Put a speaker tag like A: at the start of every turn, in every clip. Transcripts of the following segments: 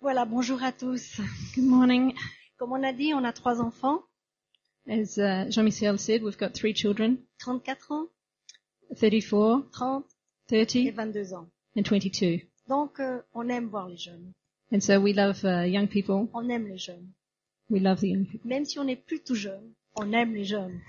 A: Voilà, bonjour à tous.
B: Good morning.
A: Comme on a dit, on a trois enfants,
B: As uh, Jean-Michel said, we've got three children,
A: 34 ans,
B: 34,
A: 30 et
B: 30,
A: 22 ans.
B: and 22.
A: Donc, euh, on aime voir les jeunes.
B: And so we love uh, young people.
A: On aime les jeunes.
B: We love the young people.
A: Même si on n'est plus tout jeune, on aime les jeunes.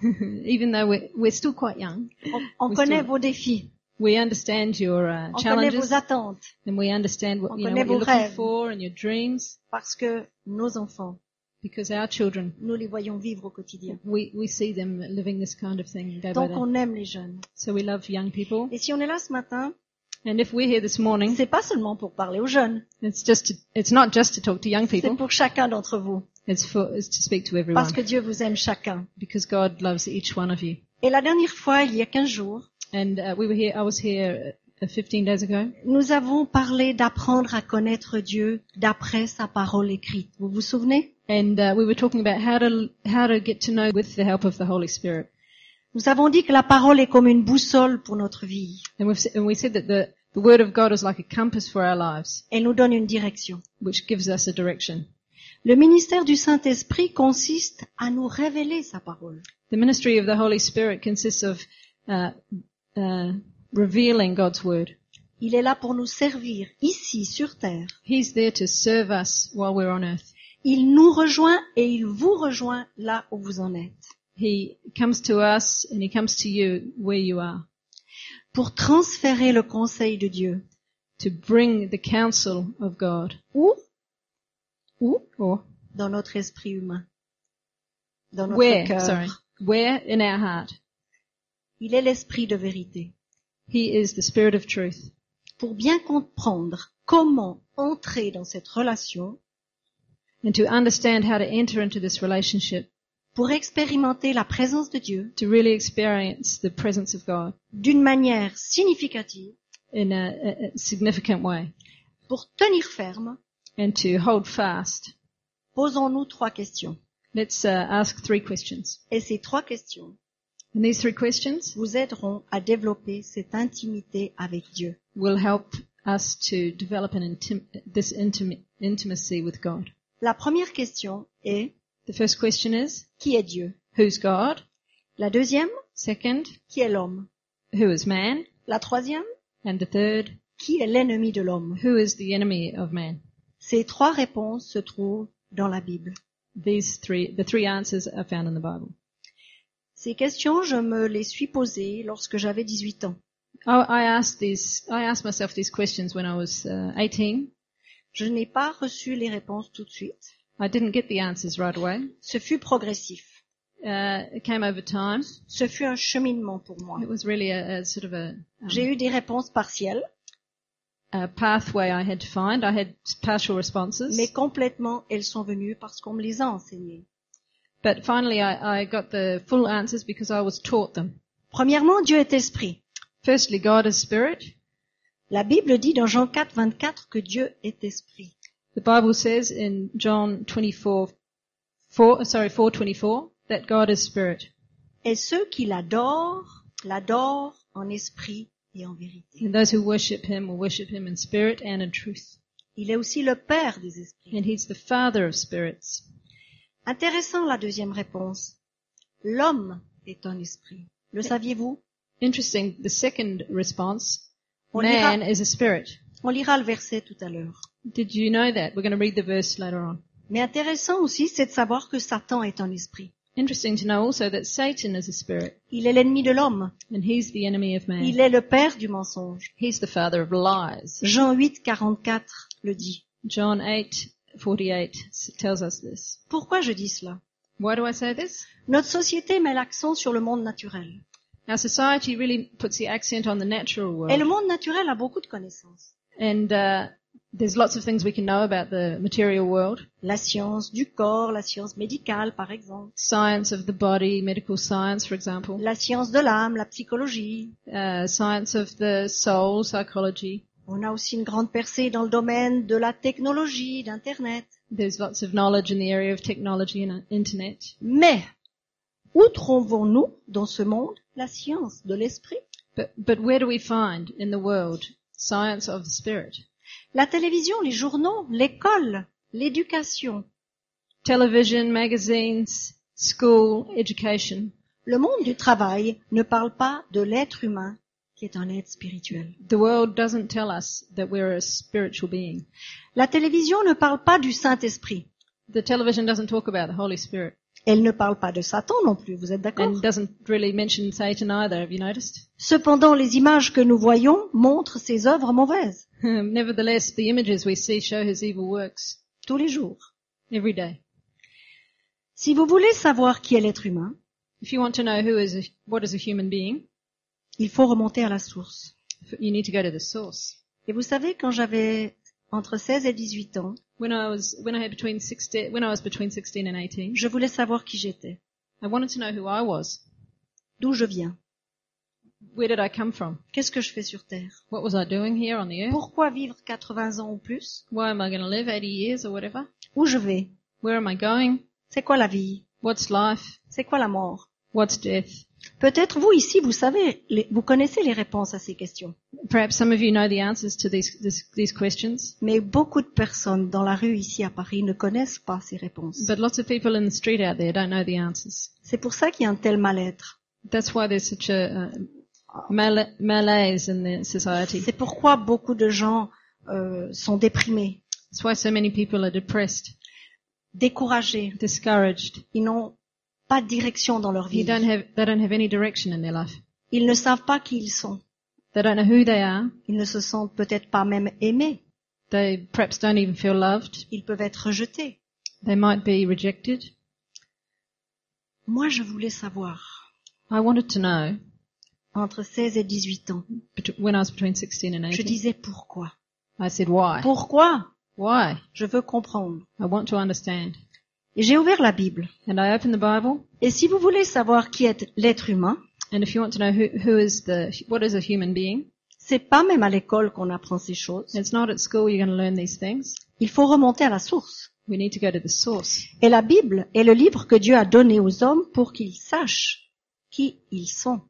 B: Even though we're, we're still quite young,
A: On, on
B: Oui,
A: connaît
B: c'est-
A: vos défis,
B: we understand your uh,
A: on connaît
B: challenges
A: vos attentes,
B: and we understand what,
A: On
B: you know,
A: connaît
B: what
A: vos
B: you're looking
A: rêves.
B: for and your dreams
A: parce que nos enfants,
B: because our children,
A: nous les voyons vivre au quotidien.
B: we, we see them living this kind of thing day by
A: Donc,
B: day.
A: on aime les jeunes.
B: So we love young people.
A: Et si on est là ce matin,
B: And if we're here this morning,
A: c'est pas seulement pour parler aux jeunes,
B: it's just to, it's not just to talk to young
A: c'est
B: people.
A: pour chacun d'entre vous,
B: It's for it's to speak to everyone
A: parce que Dieu vous aime chacun.
B: because God loves each one of you.
A: Et la dernière fois, il y a 15 jours,
B: And uh, we were here. I was here uh, 15 days ago,
A: nous avons parlé d'apprendre à connaître Dieu d'après sa parole écrite. Vous vous souvenez
B: and uh, we were talking about how to how to get to know with the help of the Holy Spirit.
A: Nous avons dit que la parole est comme une boussole pour notre vie.
B: And we've s- and we said that the the Word of God is like a compass for our lives,
A: Elle nous donne une direction.
B: which gives us a direction.
A: Le ministère du Saint-Esprit consiste à nous révéler sa parole.
B: The ministry of the Holy Spirit consists of uh, uh, revealing God's Word.
A: Il est là pour nous servir ici sur terre.
B: He's there to serve us while we're on earth.
A: Il nous rejoint et il vous rejoint là où vous en êtes.
B: He comes to us and he comes to you where you are
A: pour transférer le conseil de Dieu
B: to bring the counsel of God
A: ou
B: Ooh, or
A: dans notre esprit humain, dans notre
B: where,
A: cœur.
B: sorry, where in our heart.
A: Il est l'esprit de vérité
B: He is the Spirit of truth.
A: pour bien comprendre comment entrer dans cette relation,
B: And to understand how to enter into this relationship,
A: pour expérimenter la présence de Dieu
B: to really experience the presence of God
A: d'une manière significative,
B: in a, a- a significant way,
A: pour tenir ferme.
B: and to hold fast.
A: Posons-nous trois questions.
B: Let's uh, ask three questions.
A: Et ces trois questions
B: And these three questions
A: vous aideront à développer cette intimité avec Dieu.
B: will help us to develop an intim- this intim- intimacy with God.
A: La première question est
B: The first question is,
A: qui est Dieu
B: who's God?
A: La deuxième,
B: Second,
A: qui est l'homme
B: who is man?
A: La troisième,
B: And the third,
A: Qui est l'ennemi de l'homme
B: who is the enemy of man?
A: Ces trois réponses se trouvent dans la Bible.
B: These three, the three answers are found in the Bible.
A: Ces questions, je me les suis posées lorsque j'avais 18 ans.
B: I, I asked these, I asked myself these questions when I was uh, 18.
A: Je n'ai pas reçu les réponses tout de suite.
B: I didn't get the answers right away.
A: Ce fut progressif.
B: Uh, it came over time.
A: Ce fut un cheminement pour moi.
B: It was really a, a sort of a,
A: J'ai eu des réponses partielles,
B: a pathway I had to find. I had partial responses,
A: mais complètement, elles sont venues parce qu'on me les a enseignées.
B: but finally I, I got the full answers because I was taught them.
A: Premièrement, Dieu est esprit.
B: Firstly, God is spirit.
A: La Bible dit dans Jean 4, 24 que Dieu est esprit.
B: The Bible says in John 24, 4, sorry, 424, that God is spirit.
A: Et ceux qui l'adorent, l'adorent en esprit et en vérité.
B: And those who worship him will worship him in spirit and in truth.
A: Il est aussi le Père des esprits.
B: And he's the father of spirits.
A: Intéressant la deuxième réponse. L'homme est un esprit. Le saviez-vous
B: Interesting, the second response,
A: On
B: man
A: lira,
B: is a spirit.
A: on lira le verset tout à l'heure.
B: Did you know that? We're going to read the verse later on.
A: Mais intéressant aussi, c'est de savoir que Satan est un esprit.
B: Interesting to know also that Satan is a spirit,
A: Il est l'ennemi de l'homme.
B: and he's the enemy of man.
A: Il est le père du mensonge.
B: He's the father of lies.
A: Jean 8, 44 le dit.
B: John 8, 48 s- tells us this.
A: Pourquoi je dis cela
B: Why do I say this?
A: Notre société met l'accent sur le monde naturel.
B: Our society really puts the accent on the natural
A: Et le
B: world,
A: monde naturel a beaucoup de connaissances.
B: and uh, there's lots of things we can know about the material world.
A: La science du corps, la science médicale par exemple.
B: science of the body, medical science, for example,
A: La science de l'âme, la psychologie.
B: uh, science of the soul, psychology.
A: On a aussi une grande percée dans le domaine de la technologie, d'Internet.
B: There's lots of knowledge in the area of technology and uh, internet.
A: Mais où trouvons-nous dans ce monde la science de l'esprit
B: But, but where do we find in the world science of the spirit?
A: La télévision, les journaux, l'école, l'éducation,
B: television, magazines, school, education.
A: le monde du travail ne parle pas de l'être humain qui est un être spirituel.
B: The world doesn't tell us that we're a spiritual being.
A: La télévision ne parle pas du Saint-Esprit.
B: The television doesn't talk about the Holy Spirit
A: Elle ne parle pas de Satan non plus, vous êtes d'accord
B: and doesn't really mention Satan either, have you noticed?
A: Cependant, les images que nous voyons montrent ses œuvres mauvaises,
B: Nevertheless, the images we see show his evil works
A: tous les jours.
B: every day.
A: Si vous voulez savoir qui est l'être humain,
B: If you want to know who is a, what is a human being,
A: il faut remonter à la source.
B: you need to go to the source.
A: Et vous savez, quand j'avais entre 16 et 18 ans,
B: When I was when I had between 16 when I was between 16 and 18,
A: je voulais savoir qui j'étais,
B: I wanted to know who I was.
A: d'où je viens,
B: Where did I come from?
A: qu'est-ce que je fais sur Terre,
B: What was I doing here on the earth?
A: pourquoi vivre 80 ans ou plus,
B: Why am I going to live 80 years or whatever?
A: où je vais,
B: Where am I going?
A: c'est quoi la vie,
B: What's life?
A: c'est quoi la mort.
B: What's death?
A: Peut-être vous ici, vous savez, les- vous connaissez les réponses à ces questions,
B: Perhaps some of you know the answers to these this, these questions,
A: mais beaucoup de personnes dans la rue ici à Paris ne connaissent pas ces réponses.
B: but lots of people in the street out there don't know the answers.
A: C'est pour ça qu'il y a un tel mal-être.
B: That's why there's such a uh, mala- malaise in the society.
A: C'est pourquoi beaucoup de gens euh, sont déprimés,
B: That's why so many people are depressed,
A: découragés.
B: discouraged.
A: Ils n'ont pas de direction dans leur
B: You
A: vie.
B: don't have they don't have any direction in their life.
A: Ils ne savent pas qui ils sont.
B: They don't know who they are.
A: Ils ne se sentent peut-être pas même aimés.
B: They perhaps don't even feel loved.
A: Ils peuvent être rejetés.
B: They might be rejected.
A: Moi, je voulais savoir,
B: I wanted to know
A: entre 16 et 18 ans,
B: bet- when I was between 16 and
A: je
B: 18.
A: disais pourquoi.
B: I said why?
A: Pourquoi
B: Why?
A: Je veux comprendre.
B: I want to understand.
A: Et j'ai ouvert la Bible.
B: And I opened the Bible,
A: Et si vous voulez savoir qui est l'être humain,
B: and if you want to know who, who is the what is a human being,
A: c'est pas même à l'école qu'on apprend ces choses.
B: it's not at school you're going to learn these things.
A: Il faut remonter à la source.
B: We need to go to the source.
A: Et la Bible est le livre que Dieu a donné aux hommes pour qu'ils sachent qui ils sont.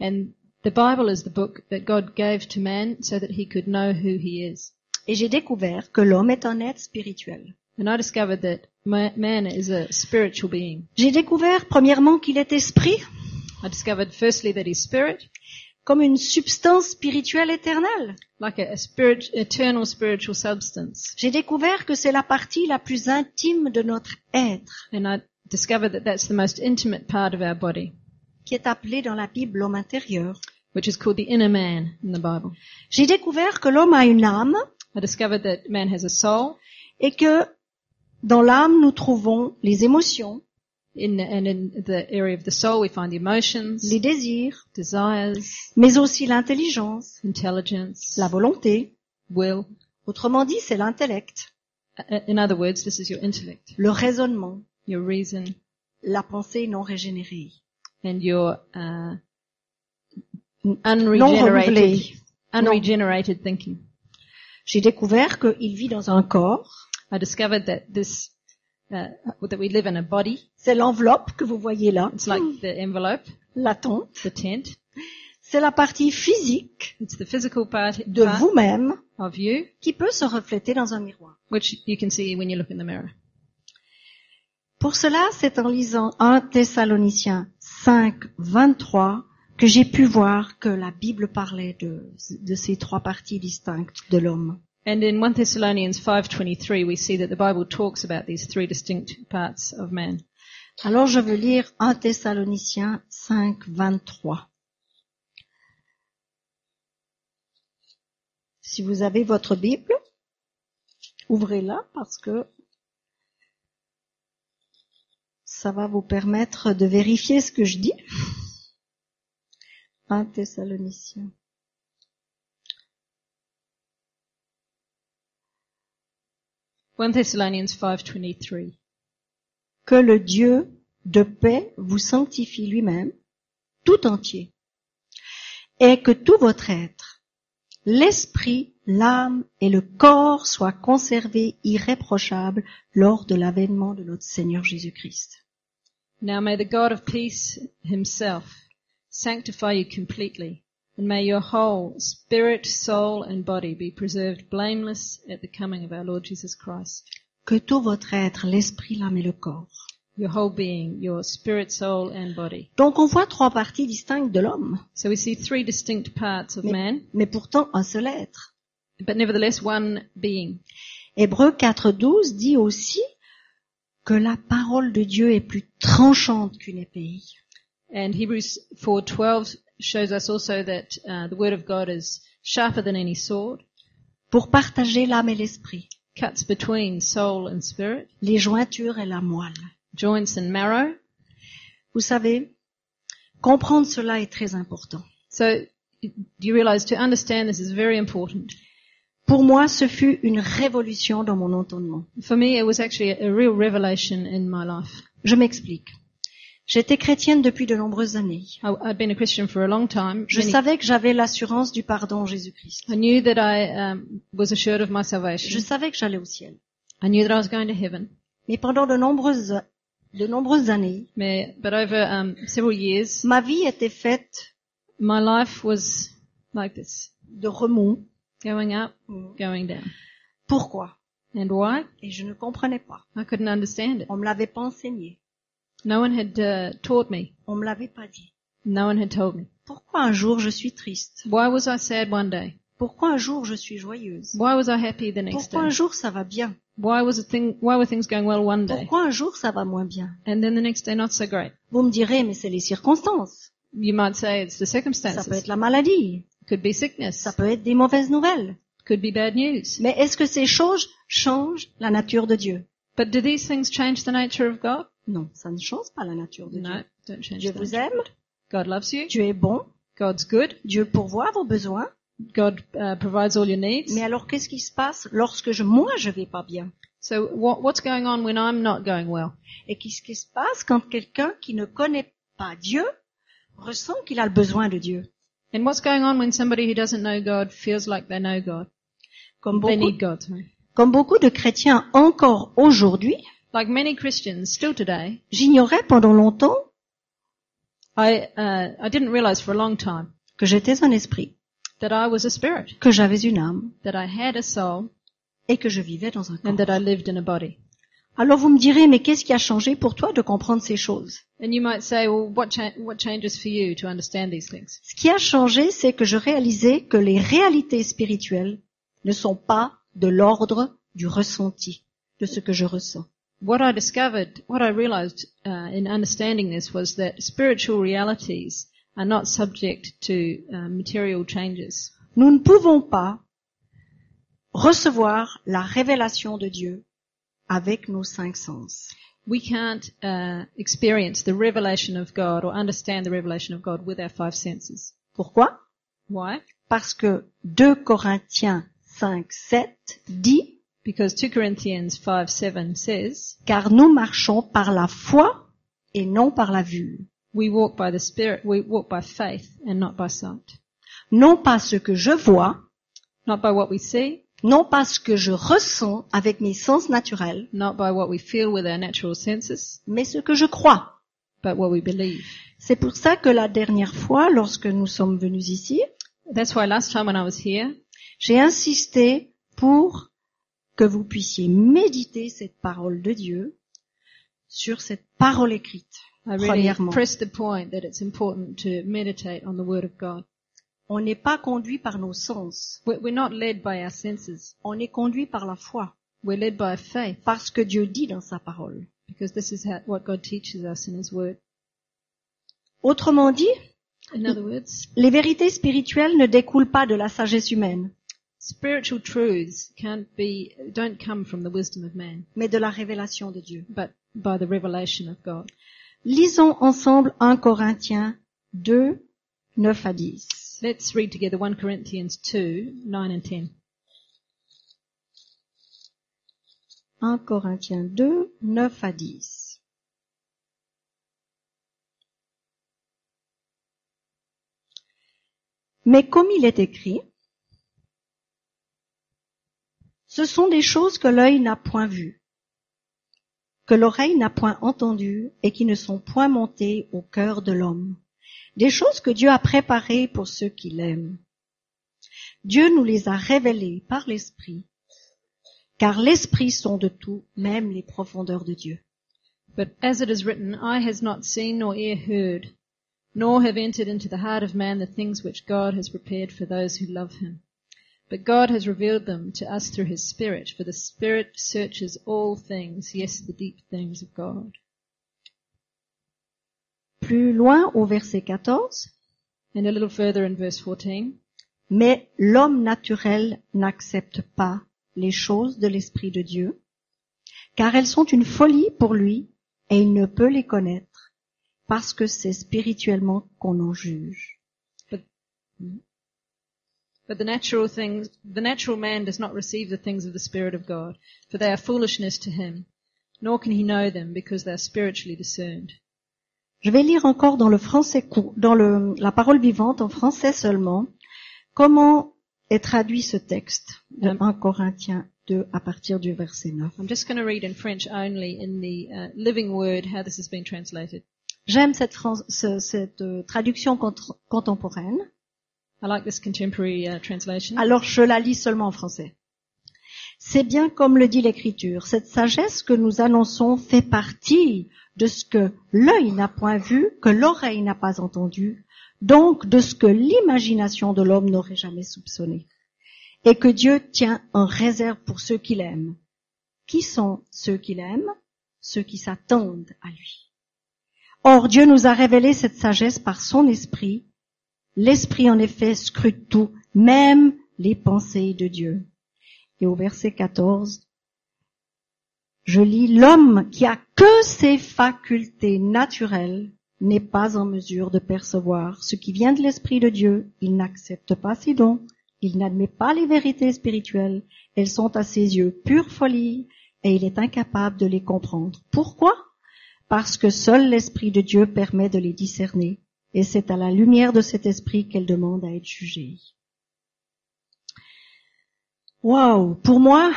B: And the Bible is the book that God gave to man so that he could know who he is.
A: Et j'ai découvert que l'homme est un être spirituel.
B: And I discovered that ma- man is a spiritual being.
A: J'ai découvert premièrement qu'il est esprit,
B: I discovered firstly that he's spirit,
A: comme une substance spirituelle éternelle.
B: like a, a spirit, eternal spiritual substance.
A: J'ai découvert que c'est la partie la plus intime de notre être,
B: And I discovered that that's the most intimate part of our body,
A: qui est appelée dans la Bible l'homme intérieur.
B: which is called the inner man in the Bible.
A: J'ai découvert que l'homme a une âme
B: I discovered that man has a soul,
A: et que dans l'âme nous trouvons les émotions,
B: in, and in the area of the soul we find emotions,
A: les désirs,
B: desires,
A: mais aussi l'intelligence,
B: intelligence,
A: la volonté.
B: will.
A: Autrement dit, c'est l'intellect.
B: Uh, In other words, this is your intellect,
A: le raisonnement,
B: your reason,
A: la pensée non régénérée,
B: and your uh,
A: non
B: unregenerated,
A: renouvelée.
B: unregenerated thinking.
A: J'ai découvert qu'il vit dans un corps.
B: I discovered that this uh, that we live in a body.
A: C'est l'enveloppe que vous voyez là,
B: It's like the envelope,
A: la tente.
B: the tent.
A: C'est la partie physique
B: It's the physical part,
A: de
B: part
A: vous-même
B: of you,
A: qui peut se refléter dans un miroir.
B: which you can see when you look in the mirror.
A: Pour cela, c'est en lisant 1 Thessaloniciens 5, 23 que j'ai pu voir que la Bible parlait de, de ces trois parties distinctes de l'homme.
B: And in 1 Thessalonians 5:23, we see that the Bible talks about these three distinct parts of man.
A: Alors je veux lire 1 Thessaloniciens 5, 23. Si vous avez votre Bible, ouvrez-la parce que ça va vous permettre de vérifier ce que je dis. 1 Thessaloniciens.
B: One Thessalonians 5:23.
A: Que le Dieu de paix vous sanctifie lui-même tout entier et que tout votre être, l'esprit, l'âme et le corps soient conservés irréprochables lors de l'avènement de notre Seigneur Jésus-Christ.
B: Now may the God of peace himself sanctify you completely, and may your whole spirit, soul, and body be preserved blameless at the coming of our Lord Jesus Christ.
A: Que tout votre être, l'esprit, l'âme et le corps.
B: Your whole being, your spirit, soul, and body.
A: Donc on voit trois parties distinctes de l'homme,
B: So we see three distinct parts of
A: Mais-
B: man,
A: mais pourtant un seul être.
B: but nevertheless one being.
A: Hébreu 4.12 dit aussi que la parole de Dieu est plus tranchante qu'une épée.
B: And Hebrews 4:12 shows us also that uh, the word of God is sharper than any sword,
A: pour partager l'âme et l'esprit,
B: cuts between soul and spirit,
A: les jointures et la moelle.
B: joints and marrow.
A: Vous savez, comprendre cela est très important.
B: So do you realize to understand this is very important?
A: Pour moi, ce fut une révolution dans mon entendement.
B: For me, it was actually a real revelation in my life.
A: Je m'explique. J'étais chrétienne depuis de nombreuses années.
B: I, I'd been a Christian for a long time.
A: Je
B: Many-
A: savais que j'avais l'assurance du pardon en Jésus-Christ.
B: I knew that I um, was assured of my
A: Je
B: salvation.
A: savais que j'allais au ciel.
B: I knew that I was going to heaven.
A: Mais pendant de nombreuses, de nombreuses années,
B: Mais- But over um, several years,
A: ma vie était faite
B: my life was like this,
A: de remous.
B: going up, going down.
A: Pourquoi
B: And why?
A: Et je ne comprenais pas.
B: I couldn't understand it.
A: On me l'avait pas enseigné.
B: No one had uh, taught me.
A: On me l'avait pas dit.
B: No one had told me.
A: Pourquoi un jour je suis triste
B: Why was I sad one day?
A: Pourquoi un jour je suis joyeuse
B: Why was I happy the next
A: Pourquoi un
B: day?
A: jour ça va bien
B: Why was a thing? Why were things going well one day,
A: Pourquoi un jour ça va moins bien
B: and then the next day not so great?
A: Vous me direz, mais c'est les circonstances.
B: You might say it's the
A: Ça peut
B: circumstances.
A: être la maladie,
B: Could be sickness.
A: ça peut être des mauvaises nouvelles.
B: Could be bad news.
A: Mais est-ce que ces choses changent la nature de Dieu
B: But do these things change the nature of God?
A: Non, ça ne change pas la nature de
B: No,
A: Dieu.
B: don't change.
A: Dieu
B: the
A: vous
B: nature.
A: aime,
B: God loves you.
A: Dieu est bon,
B: God's good.
A: Dieu pourvoit vos besoins.
B: God uh, provides all your needs.
A: Mais alors qu'est-ce qui se passe lorsque je, moi je vais pas bien
B: So what, what's going on when I'm not going well?
A: Et qu'est-ce qui se passe quand quelqu'un qui ne connaît pas Dieu ressent qu'il a le besoin de Dieu
B: And what's going on when somebody who doesn't know God feels like they know God?
A: Comme
B: They
A: beaucoup
B: need God. sorry.
A: Comme beaucoup de chrétiens encore aujourd'hui,
B: Like many Christians still today,
A: j'ignorais pendant longtemps
B: I uh, I didn't realize for a long time
A: que j'étais un esprit,
B: that I was a spirit,
A: que j'avais une âme
B: that I had a soul,
A: et que je vivais dans un corps.
B: and that I lived in a body.
A: Alors vous me direz, mais qu'est-ce qui a changé pour toi de comprendre ces choses
B: And you might say, well, what cha- what changes for you to understand these things?
A: Ce qui a changé, c'est que je réalisais que les réalités spirituelles ne sont pas de l'ordre du ressenti, de ce que je ressens.
B: What I discovered, what I realized uh, in understanding this was that spiritual realities are not subject to uh, material changes.
A: Nous ne pouvons pas recevoir la révélation de Dieu avec nos cinq sens.
B: We can't uh, experience the revelation of God or understand the revelation of God with our five senses.
A: Pourquoi
B: Why?
A: parce que 2 Corinthiens 5, 7 dit,
B: Because 2 Corinthians 5 7 says,
A: car nous marchons par la foi et non par la vue.
B: We walk by the Spirit, we walk by faith and not by sight.
A: Non pas ce que je vois,
B: Not by what we see,
A: non pas ce que je ressens avec mes sens naturels,
B: not by what we feel with our natural senses,
A: mais ce que je crois.
B: but what we believe.
A: C'est pour ça que la dernière fois, lorsque nous sommes venus ici,
B: That's why last time when I was here,
A: j'ai insisté pour que vous puissiez méditer cette parole de Dieu sur cette parole écrite.
B: I really
A: Premièrement.
B: pressed the point that it's important to meditate on the Word of God.
A: On n'est pas conduit par nos sens,
B: We- We're not led by our senses.
A: on est conduit par la foi.
B: We're led by faith
A: parce que Dieu dit dans sa parole.
B: because this is how, what God teaches us in His Word.
A: Autrement dit,
B: In other words,
A: les vérités spirituelles ne découlent pas de la sagesse humaine,
B: spiritual truths can't be, don't come from the wisdom of man,
A: mais de la révélation de Dieu.
B: but by the revelation of God.
A: Lisons ensemble 1 Corinthiens 2, 9 à 10.
B: Let's read together 1 Corinthians 2, 9 and 10.
A: 1 Corinthiens 2, 9 à 10. Mais comme il est écrit, ce sont des choses que l'œil n'a point vues, que l'oreille n'a point entendues et qui ne sont point montées au cœur de l'homme, des choses que Dieu a préparées pour ceux qui l'aiment. Dieu nous les a révélées par l'Esprit, car l'Esprit sonde tout, même les profondeurs de Dieu.
B: But as it is written, Eye has not seen nor ear heard, nor have entered into the heart of man the things which God has prepared for those who love him. But God has revealed them to us through his Spirit, for the Spirit searches all things, yes, the deep things of God.
A: Plus loin au verset 14,
B: And a little further in verse 14,
A: mais l'homme naturel n'accepte pas les choses de l'Esprit de Dieu, car elles sont une folie pour lui et il ne peut les connaître, parce que c'est spirituellement qu'on en juge.
B: But the natural things, the natural man does not receive the things of the Spirit of God, for they are foolishness to him, nor can he know them because they are spiritually discerned.
A: Je vais lire encore dans le français court, dans le- la parole vivante en français seulement, comment est traduit ce texte de
B: Hum.
A: 1 Corinthiens 2 à partir du verset 9.
B: I'm just going to read in French only in the uh, Living Word how this has been translated.
A: J'aime cette, fran- ce- cette, euh, traduction contre- contemporaine,
B: I like this contemporary uh, translation.
A: alors je la lis seulement en français. C'est bien comme le dit l'Écriture, cette sagesse que nous annonçons fait partie de ce que l'œil n'a point vu, que l'oreille n'a pas entendu, donc de ce que l'imagination de l'homme n'aurait jamais soupçonné, et que Dieu tient en réserve pour ceux qu'il aime. Qui sont ceux qu'il aime Ceux qui s'attendent à lui. Or Dieu nous a révélé cette sagesse par son esprit. L'esprit en effet scrute tout, même les pensées de Dieu. Et au verset 14, je lis l'homme qui a que ses facultés naturelles n'est pas en mesure de percevoir ce qui vient de l'esprit de Dieu. Il n'accepte pas ses dons. Il n'admet pas les vérités spirituelles. Elles sont à ses yeux pure folie et il est incapable de les comprendre. Pourquoi? Parce que seul l'esprit de Dieu permet de les discerner et c'est à la lumière de cet esprit qu'elle demande à être jugée. Waouh! Pour moi,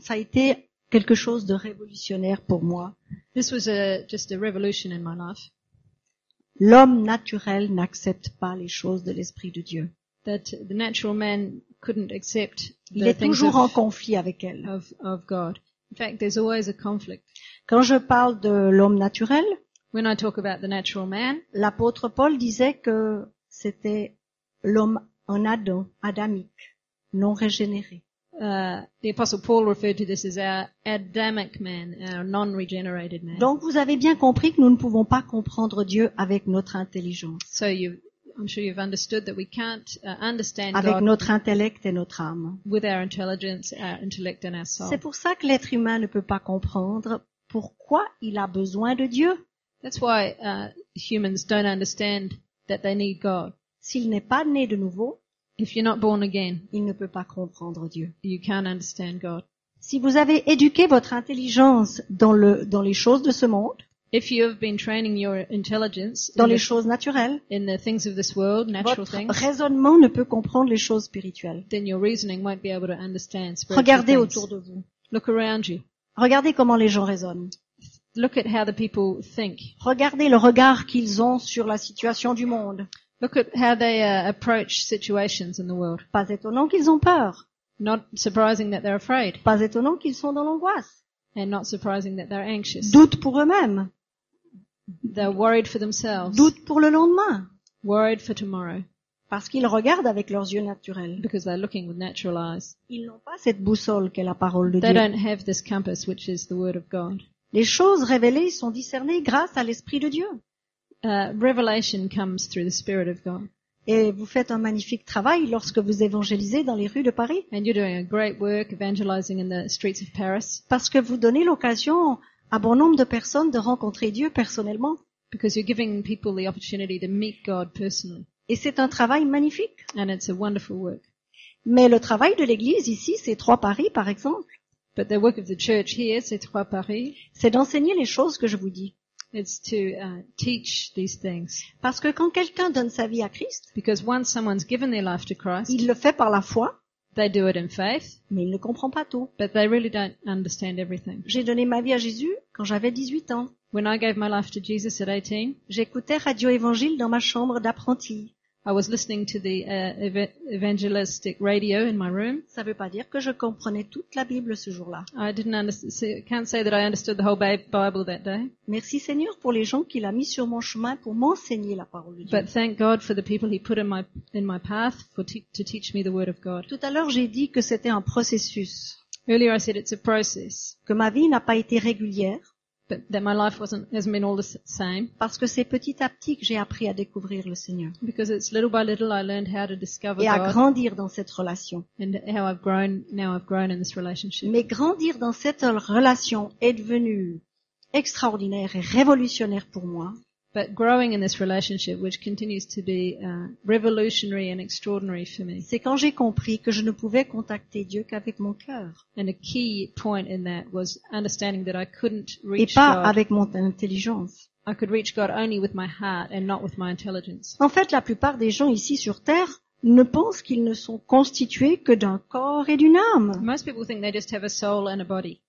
A: ça a été quelque chose de révolutionnaire pour moi.
B: This was a, just a revolution in my life
A: L'homme naturel n'accepte pas les choses de l'esprit de Dieu.
B: that the natural man couldn't accept
A: Il
B: the
A: est
B: things
A: toujours en
B: of,
A: conflit avec elle.
B: of, of God. In fact, there's always a conflict.
A: Quand je parle de l'homme naturel,
B: When I talk about the natural man,
A: l'apôtre Paul disait que c'était l'homme en Adam, adamique, non régénéré.
B: uh, the Apostle Paul referred to this as our Adamic man, our non-regenerated man.
A: Donc vous avez bien compris que nous ne pouvons pas comprendre Dieu avec notre intelligence,
B: So you, I'm sure you've understood that we can't uh, understand
A: avec
B: God
A: notre intellect et notre âme.
B: with our intelligence, our intellect, and our soul.
A: C'est pour ça que l'être humain ne peut pas comprendre pourquoi il a besoin de Dieu
B: That's why uh, humans don't understand that they need God.
A: s'il n'est pas né de nouveau.
B: If you're not born again,
A: il ne peut pas comprendre Dieu.
B: you can't understand God.
A: Si vous avez éduqué votre intelligence dans, le, dans les choses de ce monde,
B: If you have been training your intelligence
A: dans
B: in,
A: les
B: the,
A: choses naturelles,
B: in the things of this world, natural
A: votre
B: things,
A: raisonnement ne peut comprendre les choses spirituelles.
B: then your reasoning won't be able to understand spiritual
A: Regardez
B: things.
A: autour de vous.
B: Look around you.
A: Regardez comment les gens raisonnent.
B: Look at how the people think.
A: Regardez le regard qu'ils ont sur la situation du monde.
B: Look at how they uh, approach situations in the world.
A: Pas étonnant qu'ils ont peur.
B: Not surprising that they're afraid.
A: Pas étonnant qu'ils sont dans l'angoisse.
B: and not surprising that they're anxious.
A: Doute pour eux-mêmes.
B: They're worried for themselves,
A: Doute pour le lendemain.
B: worried for tomorrow,
A: Parce qu'ils regardent avec leurs yeux naturels.
B: because they're looking with natural eyes.
A: Ils n'ont pas cette boussole qu'est la parole de
B: They
A: Dieu.
B: don't have this compass, which is the Word of God.
A: Les choses révélées sont discernées grâce à l'Esprit de Dieu.
B: Uh, revelation comes through the Spirit of God,
A: Et vous faites un magnifique travail lorsque vous évangélisez dans les rues de Paris,
B: and you're doing a great work evangelizing in the streets of Paris
A: parce que vous donnez l'occasion à bon nombre de personnes de rencontrer Dieu personnellement.
B: because you're giving people the opportunity to meet God personally,
A: Et c'est un travail magnifique.
B: and it's a wonderful work.
A: Mais le travail de l'Église ici, c'est trois Paris par exemple,
B: But the work of the church here, c'est trois Paris,
A: c'est d'enseigner les choses que je vous dis.
B: it's to uh, teach these things.
A: Parce que quand quelqu'un donne sa vie à Christ,
B: Because once someone's given their life to Christ,
A: il le fait par la foi,
B: they do it in faith,
A: mais il ne comprend pas tout.
B: but they really don't understand everything.
A: J'ai donné ma vie à Jésus quand j'avais 18 ans.
B: When I gave my life to Jesus at 18,
A: J'écoutais Radio Évangile dans ma chambre d'apprenti.
B: I was listening to the uh, eva- evangelistic radio in my room.
A: Ça ne veut pas dire que je comprenais toute la Bible ce jour-là.
B: I didn't understand, can't say that I understood the whole Ba- Bible that day,
A: Merci Seigneur pour les gens qu'il a mis sur mon chemin pour m'enseigner la parole de Dieu.
B: but thank God for the people He put in my in my path for te- to teach me the Word of God.
A: Tout à l'heure, j'ai dit que c'était un processus,
B: Earlier I said it's a process,
A: que ma vie n'a pas été régulière,
B: but that my life wasn't hasn't been all the s- same
A: parce que c'est petit à petit que j'ai appris à découvrir le Seigneur
B: because it's little by little I learned how to discover
A: et à
B: God
A: grandir dans cette relation.
B: and how I've grown. Now I've grown in this relationship.
A: Mais grandir dans cette relation est devenu extraordinaire et révolutionnaire pour moi,
B: But growing in this relationship, which continues to be uh, revolutionary and extraordinary for me,
A: c'est quand j'ai compris que je ne pouvais contacter Dieu qu'avec mon cœur
B: and a key point in that was understanding that I couldn't
A: et
B: reach
A: pas
B: God.
A: avec mon intelligence.
B: I could reach God only with my heart and not with my intelligence.
A: En fait, la plupart des gens ici sur Terre ne pensent qu'ils ne sont constitués que d'un corps et d'une âme.
B: Most people think they just have a soul and a body,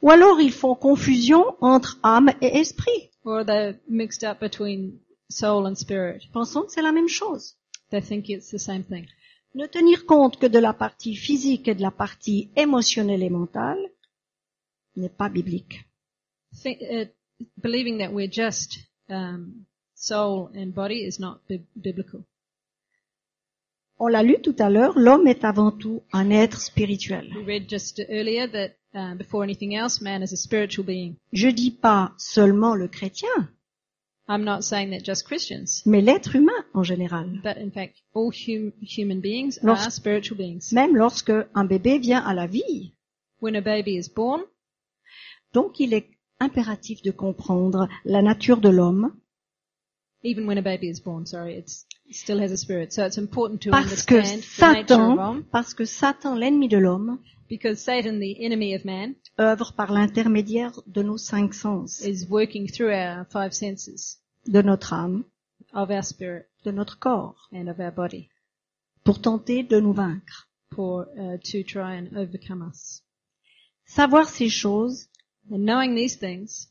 A: Ou alors ils font confusion entre âme et esprit,
B: or they're mixed up between soul and spirit.
A: pensant que c'est la même chose.
B: They think it's the same thing.
A: Ne tenir compte que de la partie physique et de la partie émotionnelle et mentale n'est pas biblique.
B: Think, uh, believing that we're just um, soul and body is not bi- biblical.
A: On l'a lu tout à l'heure, l'homme est avant tout un être spirituel.
B: We read just earlier that uh, before anything else, man is a spiritual being.
A: Je dis pas seulement le chrétien,
B: I'm not saying that just Christians,
A: mais l'être humain en général.
B: but in fact, all hum- human beings
A: Lors-
B: are spiritual beings.
A: Même lorsque un bébé vient à la vie,
B: When a baby is born,
A: Donc il est impératif de comprendre la nature de l'homme
B: even when a baby is born, sorry, it's, it still has a spirit. So it's important to
A: parce que
B: understand the nature of
A: Satan,
B: Om,
A: parce que Satan, l'ennemi de l'homme,
B: because Satan, the enemy of man,
A: œuvre par l'intermédiaire de nos cinq sens,
B: is working through our five senses
A: de notre âme,
B: of our spirit
A: de notre corps,
B: and of our body
A: pour tenter de nous vaincre.
B: for, uh, to try and overcome us.
A: Savoir ces choses,
B: And knowing these things,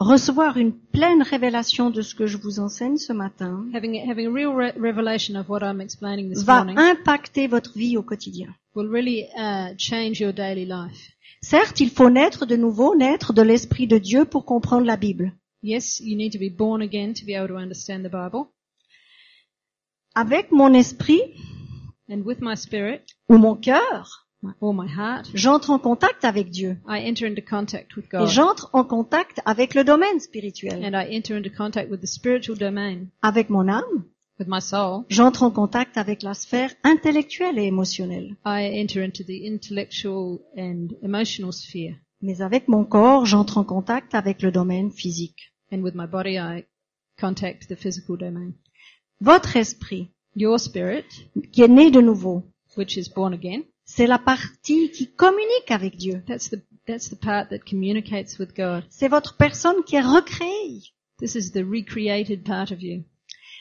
A: recevoir une pleine révélation de ce que je vous enseigne ce matin,
B: having, having a real re- revelation of what I'm explaining this
A: va
B: morning,
A: impacter votre vie au quotidien.
B: will really uh, change your daily life.
A: Certes, il faut naître de nouveau, naître de l'Esprit de Dieu pour comprendre la Bible.
B: Yes, you need to be born again to be able to understand the Bible.
A: Avec mon esprit
B: And with my spirit,
A: ou mon cœur,
B: my, or my heart,
A: j'entre en contact avec Dieu.
B: I enter into contact with
A: Et
B: God.
A: j'entre en contact avec le domaine spirituel.
B: And I enter into contact with the spiritual domain,
A: Avec mon âme,
B: with my soul.
A: j'entre en contact avec la sphère intellectuelle et émotionnelle.
B: I enter into the intellectual and emotional sphere.
A: Mais avec mon corps, j'entre en contact avec le domaine physique.
B: And with my body, I contact the physical domain.
A: Votre esprit,
B: Your spirit,
A: qui est né de nouveau,
B: which is born again,
A: c'est la partie qui communique avec Dieu.
B: that's the, that's the part that communicates with God.
A: C'est votre personne qui est recréée.
B: This is the recreated part of you.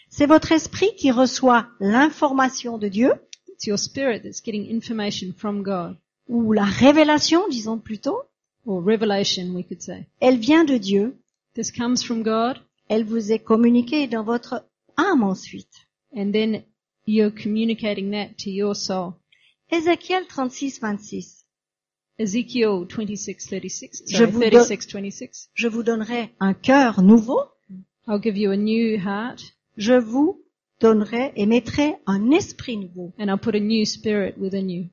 A: C'est votre esprit qui reçoit l'information de Dieu,
B: It's your spirit that's getting information from God,
A: ou la révélation, disons plutôt.
B: or revelation, we could say.
A: Elle vient de Dieu,
B: This comes from God,
A: elle vous est communiquée dans votre âme ensuite.
B: and then you're communicating that to your soul.
A: Ézéchiel 36, 26.
B: Ezekiel 26:36.
A: Je
B: Sorry,
A: vous donne-
B: 36:26.
A: Je vous donnerai un cœur nouveau,
B: I'll give you a new heart,
A: je vous donnerai et mettrai un esprit nouveau.
B: and I'll put a new spirit within you.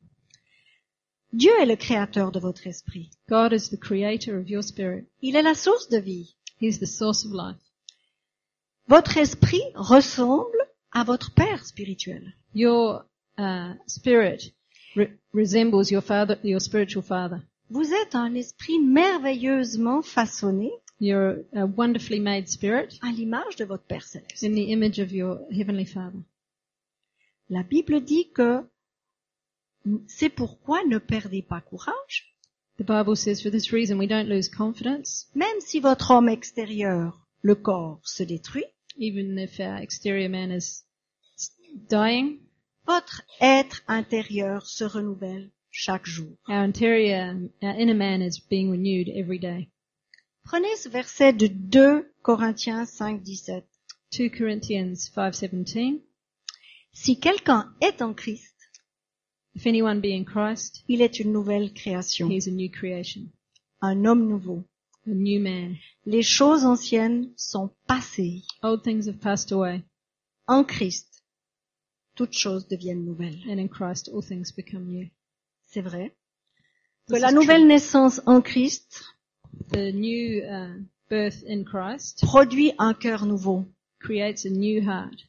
A: Dieu est le créateur de votre esprit.
B: God is the creator of your spirit.
A: Il est la source de vie.
B: He's the source of life.
A: Votre esprit ressemble à votre Père spirituel.
B: Your uh, spirit re- resembles your father, your spiritual father.
A: Vous êtes un esprit merveilleusement façonné
B: You're a wonderfully made spirit
A: à l'image de votre Père céleste.
B: in the image of your heavenly father.
A: La Bible dit que c'est pourquoi ne perdez pas courage,
B: The Bible says for this reason we don't lose confidence,
A: même si votre homme extérieur, le corps, se détruit.
B: even if our exterior man is s- dying.
A: Votre être intérieur se renouvelle chaque jour.
B: Our interior, our inner man is being renewed every day.
A: Prenez ce verset de 2 Corinthiens 5, 17.
B: 2 Corinthians 5:17
A: Si quelqu'un est en Christ,
B: If anyone be in Christ,
A: il est une nouvelle création,
B: he is a new creation,
A: un homme nouveau.
B: a new man.
A: Les choses anciennes sont passées.
B: Old things have passed away,
A: En Christ, toutes choses deviennent nouvelles.
B: and in Christ all things become new.
A: C'est vrai. Que
B: This
A: la
B: is true.
A: nouvelle naissance en Christ
B: The new uh, birth in Christ
A: produit un cœur nouveau.
B: creates a new heart.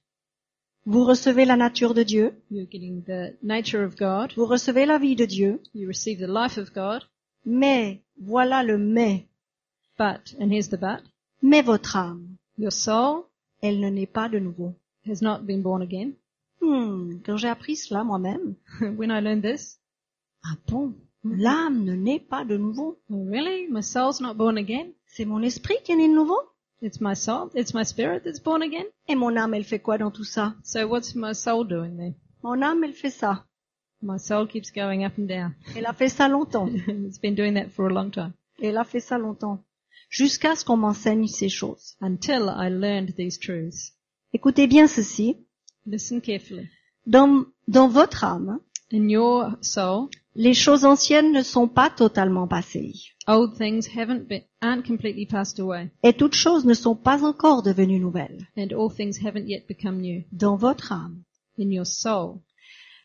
A: Vous recevez la nature de Dieu,
B: You're getting the nature of God.
A: vous recevez la vie de Dieu,
B: You receive the life of God,
A: mais voilà le mais.
B: but, and here's the but,
A: Mais votre âme,
B: your soul
A: elle ne naît pas de nouveau.
B: has not been born again.
A: Hmm, quand j'ai appris cela moi-même,
B: when I learned this,
A: ah bon, l'âme ne naît pas de nouveau.
B: oh, really? My soul's not born again?
A: C'est mon esprit qui est né de nouveau.
B: It's my soul, it's my spirit that's born again?
A: Et mon âme, elle fait quoi dans tout ça
B: So what's my soul doing then?
A: Mon âme, elle fait ça.
B: My soul keeps going up and down.
A: Elle a fait ça longtemps.
B: it's been doing that for a long time.
A: Et elle a fait ça longtemps. Jusqu'à ce qu'on m'enseigne ces choses.
B: Until I learned these truths.
A: Écoutez bien ceci.
B: Listen carefully.
A: Dans, dans votre âme,
B: In your soul,
A: les choses anciennes ne sont pas totalement passées.
B: old things haven't been, aren't completely passed away,
A: Et toutes choses ne sont pas encore devenues nouvelles.
B: and all things haven't yet become new.
A: Dans votre âme.
B: In your soul,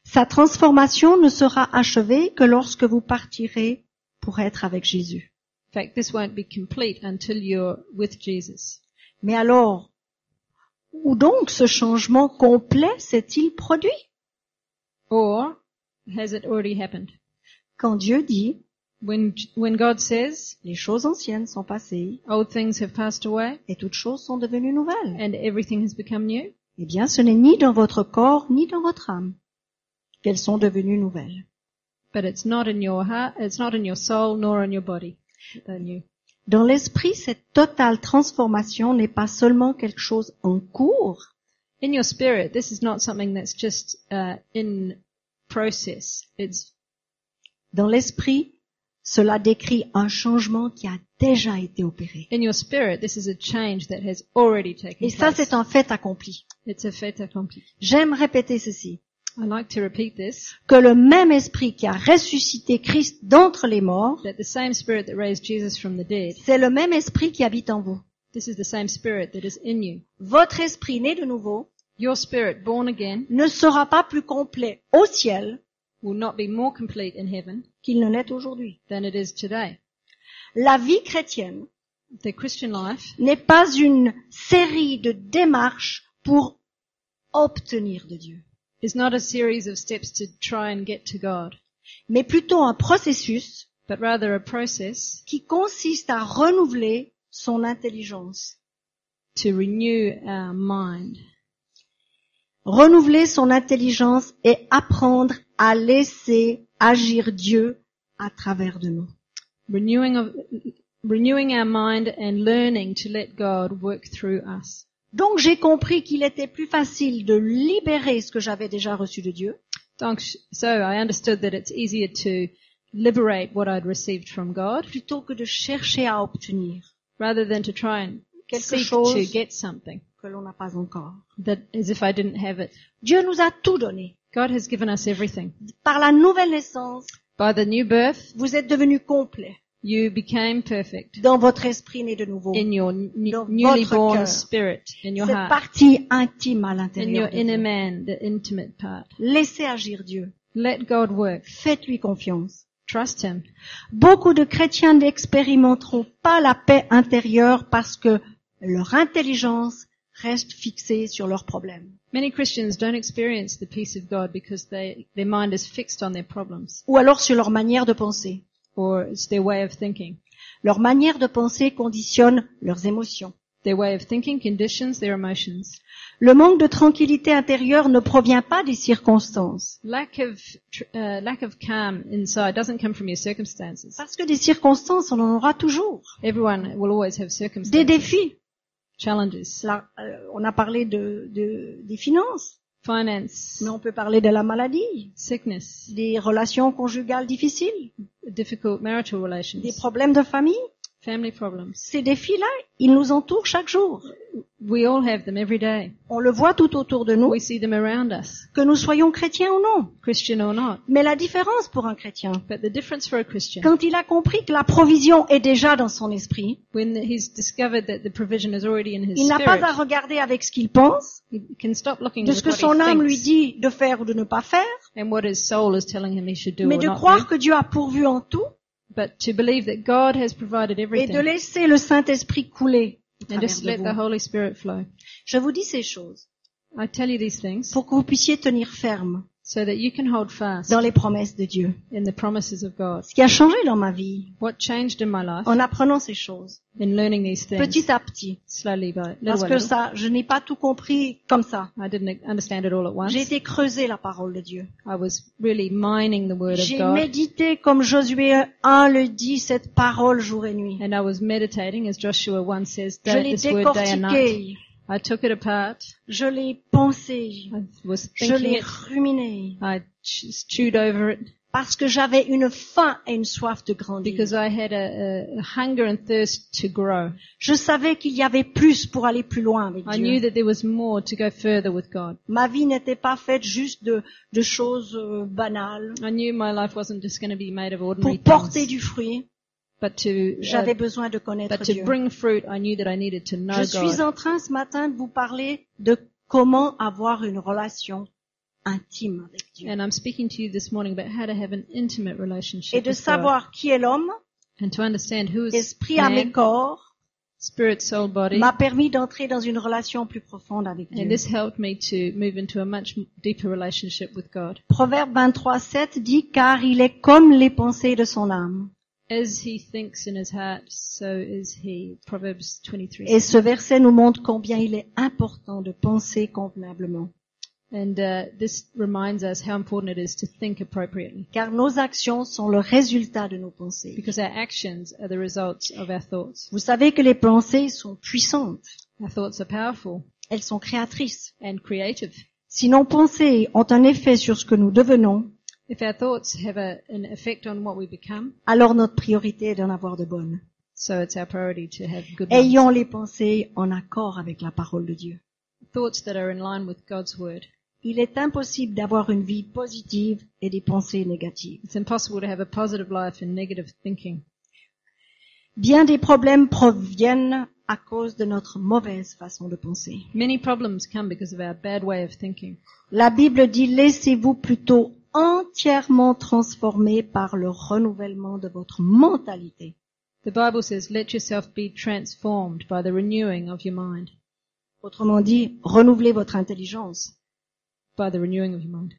A: Sa transformation ne sera achevée que lorsque vous partirez pour être avec Jésus.
B: In fact, this won't be complete until you're with Jesus.
A: Mais alors, où donc ce changement complet s'est-il produit
B: Or has it already happened?
A: Quand Dieu dit,
B: When, when God says,
A: les choses anciennes sont passées
B: old things have passed away
A: et toutes choses sont devenues nouvelles.
B: and everything has become new,
A: Eh bien, ce n'est ni dans votre corps, ni dans votre âme qu'elles sont devenues nouvelles.
B: but it's not in your heart, it's not in your soul nor in your body that they're new.
A: Dans l'esprit, cette totale transformation n'est pas seulement quelque chose en cours,
B: In your spirit, this is not something that's just uh, in process. It's
A: dans l'esprit, cela décrit un changement qui a déjà été opéré.
B: in your spirit. This is a change that has already taken
A: Et ça,
B: place.
A: c'est un fait accompli.
B: It's a fait accompli.
A: J'aime répéter ceci,
B: I like to repeat this:
A: que le même esprit qui a ressuscité Christ d'entre les morts,
B: that the same spirit that raised Jesus from the dead,
A: c'est le même esprit qui habite en vous.
B: this is the same spirit that is in you.
A: Votre esprit né de nouveau
B: Your spirit, born again,
A: ne sera pas plus complet au ciel
B: will not be more complete in heaven
A: qu'il ne l'est aujourd'hui.
B: than it is today.
A: La vie chrétienne
B: The Christian life
A: n'est pas une série de démarches pour obtenir de Dieu,
B: is not a series of steps to try and get to God,
A: mais plutôt un processus
B: but rather a process
A: qui consiste à renouveler son intelligence.
B: to renew our mind.
A: Renouveler son intelligence et apprendre à laisser agir Dieu à travers de nous.
B: renewing of renewing our mind and learning to let God work through us.
A: Donc j'ai compris qu'il était plus facile de libérer ce que j'avais déjà reçu de Dieu
B: Donc, so I understood that it's easier to liberate what I'd received from God
A: plutôt que de chercher à obtenir
B: rather than to try and
A: Quelque
B: seek
A: chose.
B: to get something
A: que l'on n'a pas encore.
B: that as if I didn't have it.
A: Dieu nous a tout donné.
B: God has given us everything.
A: Par la nouvelle naissance,
B: By the new birth,
A: vous êtes devenu complet
B: you became perfect
A: dans votre esprit né de nouveau.
B: in Oh. your n-
A: Dans
B: newly
A: votre
B: born
A: cœur.
B: spirit, in your
A: Cette
B: heart,
A: partie intime à
B: in your
A: l'intérieur. de
B: inner
A: vous.
B: man, the intimate part.
A: Laissez agir Dieu.
B: Let God work.
A: Faites-lui confiance.
B: Trust Him.
A: Beaucoup de chrétiens n'expérimenteront pas la paix intérieure parce que leur intelligence reste fixée sur leurs problèmes.
B: Many Christians don't experience the peace of God because they, their mind is fixed on their problems
A: Ou alors sur leur manière de penser.
B: or it's their way of thinking.
A: Leur manière de penser conditionne leurs émotions.
B: Their way of thinking conditions their emotions.
A: Le manque de tranquillité intérieure ne provient pas des circonstances.
B: Lack of, tr- uh, lack of calm inside doesn't come from your circumstances.
A: Parce que des circonstances, on en aura toujours.
B: Everyone will always have
A: Des
B: circumstances,
A: défis.
B: challenges.
A: Là, euh, on a parlé de, de- des finances,
B: Finance,
A: mais on peut parler de la maladie,
B: sickness,
A: des relations conjugales difficiles,
B: difficult marital
A: des
B: relations,
A: problèmes de famille.
B: family problems.
A: Ces défis-là, ils nous entourent chaque jour.
B: We all have them every day.
A: On le voit tout autour de nous,
B: We see them around us,
A: que nous soyons chrétiens ou non.
B: Christian or not.
A: Mais la différence pour un chrétien,
B: But the difference for a Christian,
A: quand il a compris que la provision est déjà dans son esprit,
B: when he's discovered that the provision is already in his
A: il n'a pas à
B: spirit,
A: regarder avec ce qu'il pense,
B: he can stop looking
A: de
B: at
A: ce que
B: what
A: son âme
B: he
A: lui
B: thinks
A: dit de faire ou de ne pas faire,
B: and what his soul is telling him he should do
A: mais
B: or
A: de
B: not do,
A: croire que Dieu a pourvu en tout
B: but to believe that God has provided
A: et de
B: everything
A: laisser le Saint-Esprit couler. au
B: and
A: travers
B: just let
A: de
B: the
A: vous.
B: Holy Spirit flow.
A: Je vous dis ces choses
B: I tell you these things
A: pour que vous puissiez tenir ferme
B: so that you can hold fast
A: dans les promesses de Dieu.
B: in the promises of God.
A: Ce qui a changé dans ma vie
B: What changed in my life
A: en apprenant ces choses,
B: in learning these things
A: petit à petit,
B: slowly by little
A: parce
B: by
A: que
B: little.
A: ça, je n'ai pas tout compris comme ça.
B: I didn't understand it all at once.
A: J'ai été creuser la parole de Dieu.
B: I was really mining the word of
A: J'ai
B: God
A: médité, comme Josué 1 le dit, cette parole jour et nuit.
B: and I was meditating as Joshua 1 says,
A: Je
B: day,
A: l'ai
B: this word day and night.
A: décortiqué,
B: I took it apart.
A: je l'ai pensé,
B: I was
A: je
B: thinking
A: l'ai
B: it.
A: ruminé,
B: I just chewed over it
A: parce que j'avais une faim et une soif de grandir.
B: because I had a, a hunger and thirst to grow.
A: Je savais qu'il y avait plus pour aller plus loin avec
B: I knew
A: Dieu.
B: that there was more to go further with God.
A: Ma vie n'était pas faite juste de, de choses euh, banales.
B: I knew my life wasn't just going to be made of ordinary
A: Pour porter
B: things,
A: du fruit,
B: but to uh,
A: j'avais besoin de connaître
B: but to
A: Dieu.
B: bring fruit, I knew that I needed to know
A: Je suis
B: God.
A: en train ce matin de vous parler de comment avoir une relation intime avec Dieu.
B: And I'm speaking to you this morning about how to have an intimate relationship
A: Et de
B: with God,
A: savoir qui est l'homme,
B: and to understand who is
A: esprit, âme et
B: man,
A: corps,
B: spirit, soul, body.
A: m'a permis d'entrer dans une relation plus profonde avec Dieu.
B: And this helped me to move into a much deeper relationship with God.
A: Proverbe 23, 7 dit, car il est comme les pensées de son âme.
B: As he thinks in his heart, so is he. Proverbs 23.
A: Et ce verset nous montre combien il est important de penser convenablement.
B: And uh, this reminds us how important it is to think appropriately,
A: car nos actions sont le résultat de nos pensées.
B: because our actions are the results of our thoughts.
A: Vous savez que les pensées sont puissantes,
B: Our thoughts are powerful
A: elles sont créatrices.
B: and creative.
A: Si nos pensées ont un effet sur ce que nous devenons,
B: If our thoughts have a, an effect on what we become,
A: alors notre priorité est d'en avoir de bonnes.
B: so it's our priority to have good ones.
A: Ayons les pensées en accord avec la parole de Dieu.
B: thoughts that are in line with God's word.
A: Il est impossible d'avoir une vie positive et des pensées négatives.
B: It's impossible to have a positive life in negative thinking.
A: Bien des problèmes proviennent à cause de notre mauvaise façon de penser.
B: Many problems come because of our bad way of thinking.
A: La Bible dit laissez-vous plutôt entièrement transformer par le renouvellement de votre mentalité.
B: The Bible says, let yourself be transformed by the renewing of your mind.
A: Autrement dit, renouvelez votre intelligence,
B: By the renewing of your mind.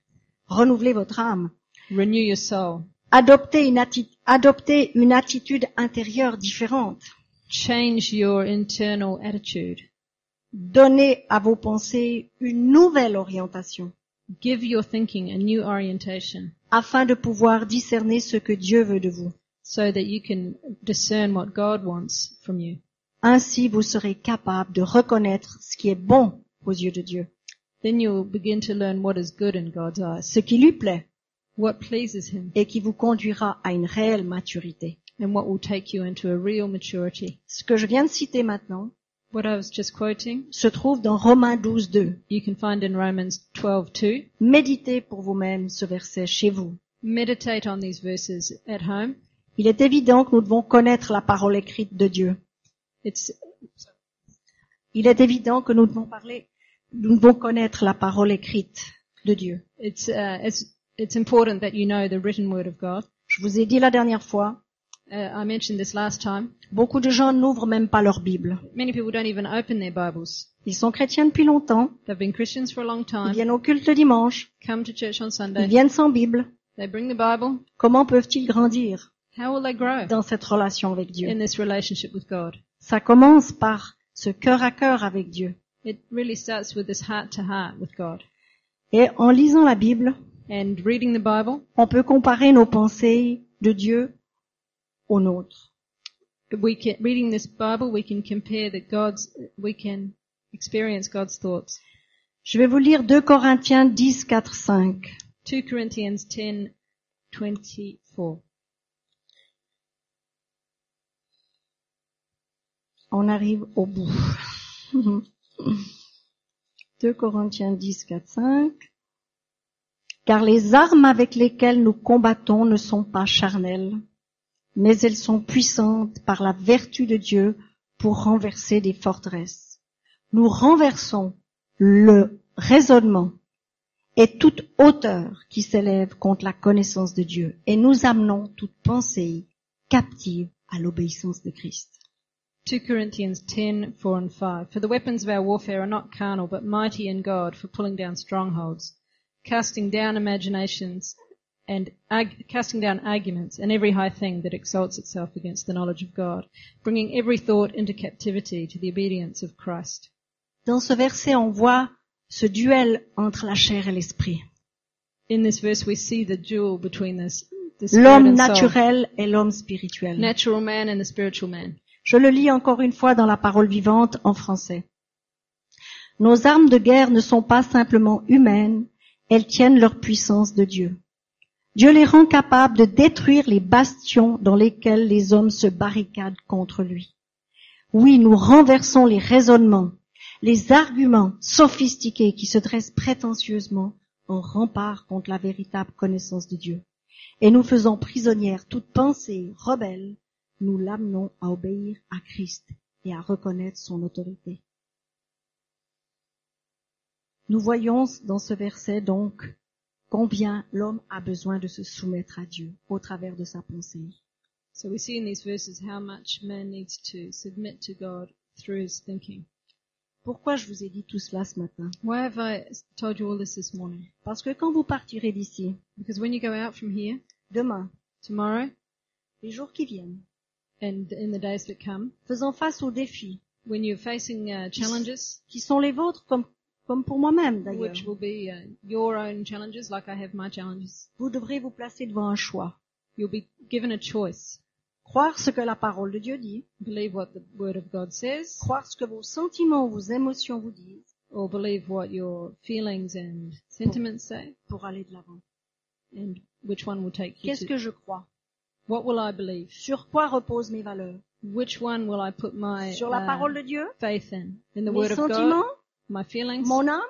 A: renouvelez votre âme,
B: Renew your soul.
A: adoptez une, atti- adoptez une attitude intérieure différente,
B: Change your internal attitude.
A: donnez à vos pensées une nouvelle orientation
B: Give your thinking a new orientation
A: afin de pouvoir discerner ce que Dieu veut de vous.
B: so that you can discern what God wants from you.
A: Ainsi, vous serez capable de reconnaître ce qui est bon aux yeux de Dieu,
B: Then you'll begin to learn what is good in God's eyes,
A: ce qui lui plaît
B: what pleases Him,
A: et qui vous conduira à une réelle maturité.
B: and what will take you into a real maturity.
A: Ce que je viens de citer maintenant
B: What I was just quoting,
A: se trouve dans Romains 12, 2.
B: you can find in Romans 12:2.
A: Méditez pour vous-même ce verset chez vous.
B: Meditate on these verses at home.
A: Il est évident que nous devons connaître la parole écrite de Dieu.
B: It's
A: Il est évident que nous devons parler, nous devons connaître la parole écrite de Dieu.
B: it's uh, it's it's important that you know the written word of God.
A: Je vous ai dit la dernière fois,
B: Uh, I mentioned this last time.
A: beaucoup de gens n'ouvrent même pas leur Bible.
B: Many people don't even open their Bibles.
A: Ils sont chrétiens depuis longtemps,
B: They've been Christians for a long
A: ils
B: time.
A: viennent au culte le dimanche,
B: Come to church on
A: ils
B: Sunday.
A: viennent sans Bible.
B: They bring the Bible.
A: Comment peuvent-ils grandir
B: How will they grow
A: dans cette relation avec Dieu
B: in this relationship with God?
A: Ça commence par ce cœur à cœur avec Dieu.
B: It really starts with this heart to heart with God.
A: Et en lisant la Bible,
B: And reading the Bible,
A: on peut comparer nos pensées de Dieu aux nôtres.
B: we can reading this Bible, we can compare that God's we can experience God's thoughts.
A: Je vais vous lire 2 Corinthiens 10, 4, 5.
B: 2 Corinthians 10, 24.
A: on arrive au bout. 2 Corinthiens 10, 4, 5. Car les armes avec lesquelles nous combattons ne sont pas charnelles, mais elles sont puissantes par la vertu de Dieu pour renverser des forteresses. Nous renversons le raisonnement et toute hauteur qui s'élève contre la connaissance de Dieu, et nous amenons toute pensée captive à l'obéissance de Christ.
B: 2 Corinthians 10, 4 and 5. For the weapons of our warfare are not carnal, but mighty in God for pulling down strongholds, casting down imaginations and arg- casting down arguments and every high thing that exalts itself against the knowledge of God, bringing every thought into captivity to the obedience of Christ.
A: Dans ce verset, on voit ce duel entre la chair et l'esprit.
B: In this verse, we see the duel between this, the spirit
A: L'homme
B: and soul.
A: naturel et l'homme spirituel.
B: Natural man and the spiritual man.
A: Je le lis encore une fois dans la parole vivante en français. Nos armes de guerre ne sont pas simplement humaines, elles tiennent leur puissance de Dieu. Dieu les rend capables de détruire les bastions dans lesquels les hommes se barricadent contre lui. Oui, nous renversons les raisonnements, les arguments sophistiqués qui se dressent prétentieusement en rempart contre la véritable connaissance de Dieu. Et nous faisons prisonnière toute pensée rebelle nous l'amenons à obéir à Christ et à reconnaître son autorité. Nous voyons dans ce verset donc combien l'homme a besoin de se soumettre à Dieu au travers de sa pensée.
B: So we see in these verses how much man needs to submit to God through his thinking.
A: Pourquoi je vous ai dit tout cela ce matin
B: Why have I told you all this this morning?
A: Parce que quand vous partirez d'ici,
B: Because when you go out from here
A: demain,
B: tomorrow
A: les jours qui viennent,
B: and in the days that come,
A: faisant face aux défis
B: when you're facing uh, challenges,
A: qui sont les vôtres comme, comme pour moi-même d'ailleurs,
B: which will be uh, your own challenges, like I have my challenges,
A: vous devrez vous placer devant un choix.
B: you'll be given a choice.
A: Croire ce que la parole de Dieu dit,
B: Believe what the Word of God says,
A: croire ce que vos sentiments, vos émotions vous disent,
B: or believe what your feelings and sentiments say,
A: pour aller de l'avant.
B: and which one will take you
A: Qu'est-ce
B: to.
A: que je crois
B: What will I believe?
A: Sur quoi reposent mes valeurs
B: Which one will I put my
A: Sur la
B: uh,
A: parole de Dieu
B: faith in? In the
A: Mes
B: Word of
A: sentiments
B: God, my feelings,
A: Mon âme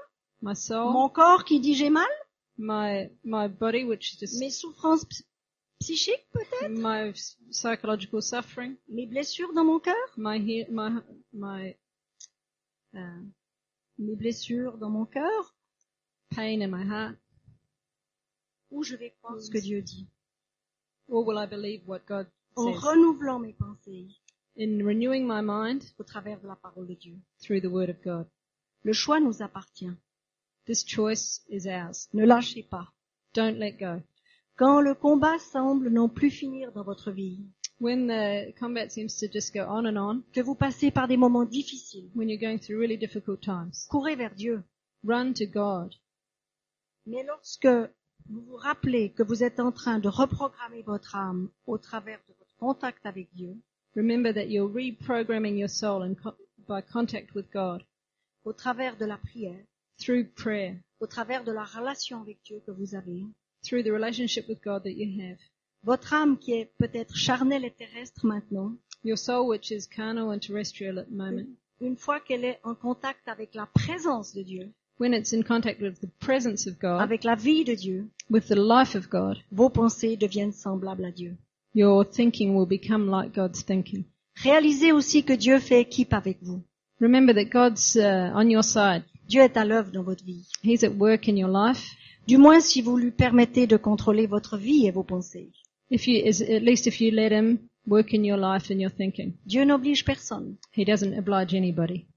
B: my soul,
A: Mon corps qui dit j'ai mal
B: my my body, which is just
A: Mes souffrances ps- psychiques peut-être
B: my s- psychological suffering,
A: Mes blessures dans mon cœur
B: my he- my my uh,
A: Euh, Mes blessures dans mon cœur
B: pain in my heart,
A: Ou je vais croire ce que Dieu dit
B: or will I believe what God
A: En
B: says?
A: renouvelant mes pensées
B: in renewing my mind
A: au travers de la parole de Dieu.
B: through the Word of God.
A: Le choix nous appartient.
B: This choice is ours.
A: Ne lâchez pas.
B: Don't let go.
A: Quand le combat semble non plus finir dans votre vie,
B: When the combat seems to just go on and on,
A: que vous passez par des moments difficiles,
B: when you're going through really difficult times,
A: courez vers Dieu.
B: run to God.
A: Mais lorsque vous vous rappelez que vous êtes en train de reprogrammer votre âme au travers de votre contact avec Dieu,
B: Remember that you're reprogramming your soul in co- by contact with God
A: au travers de la prière,
B: through prayer,
A: au travers de la relation avec Dieu que vous avez,
B: through the relationship with God that you have.
A: votre âme qui est peut-être charnelle et terrestre maintenant,
B: Your soul, which is carnal and terrestrial at the moment,
A: une fois qu'elle est en contact avec la présence de Dieu,
B: when it's in contact with the presence of God,
A: avec la vie de Dieu,
B: with the life of God,
A: vos pensées deviennent semblables à Dieu.
B: your thinking will become like God's thinking.
A: Réalisez aussi que Dieu fait équipe avec vous.
B: Remember that God's uh, on your side.
A: Dieu est à l'œuvre dans votre vie.
B: He's at work in your life.
A: Du moins si vous lui permettez de contrôler votre vie et vos pensées.
B: If you, is, at least if you let him work in your life and your thinking,
A: Dieu n'oblige personne.
B: he doesn't oblige anybody.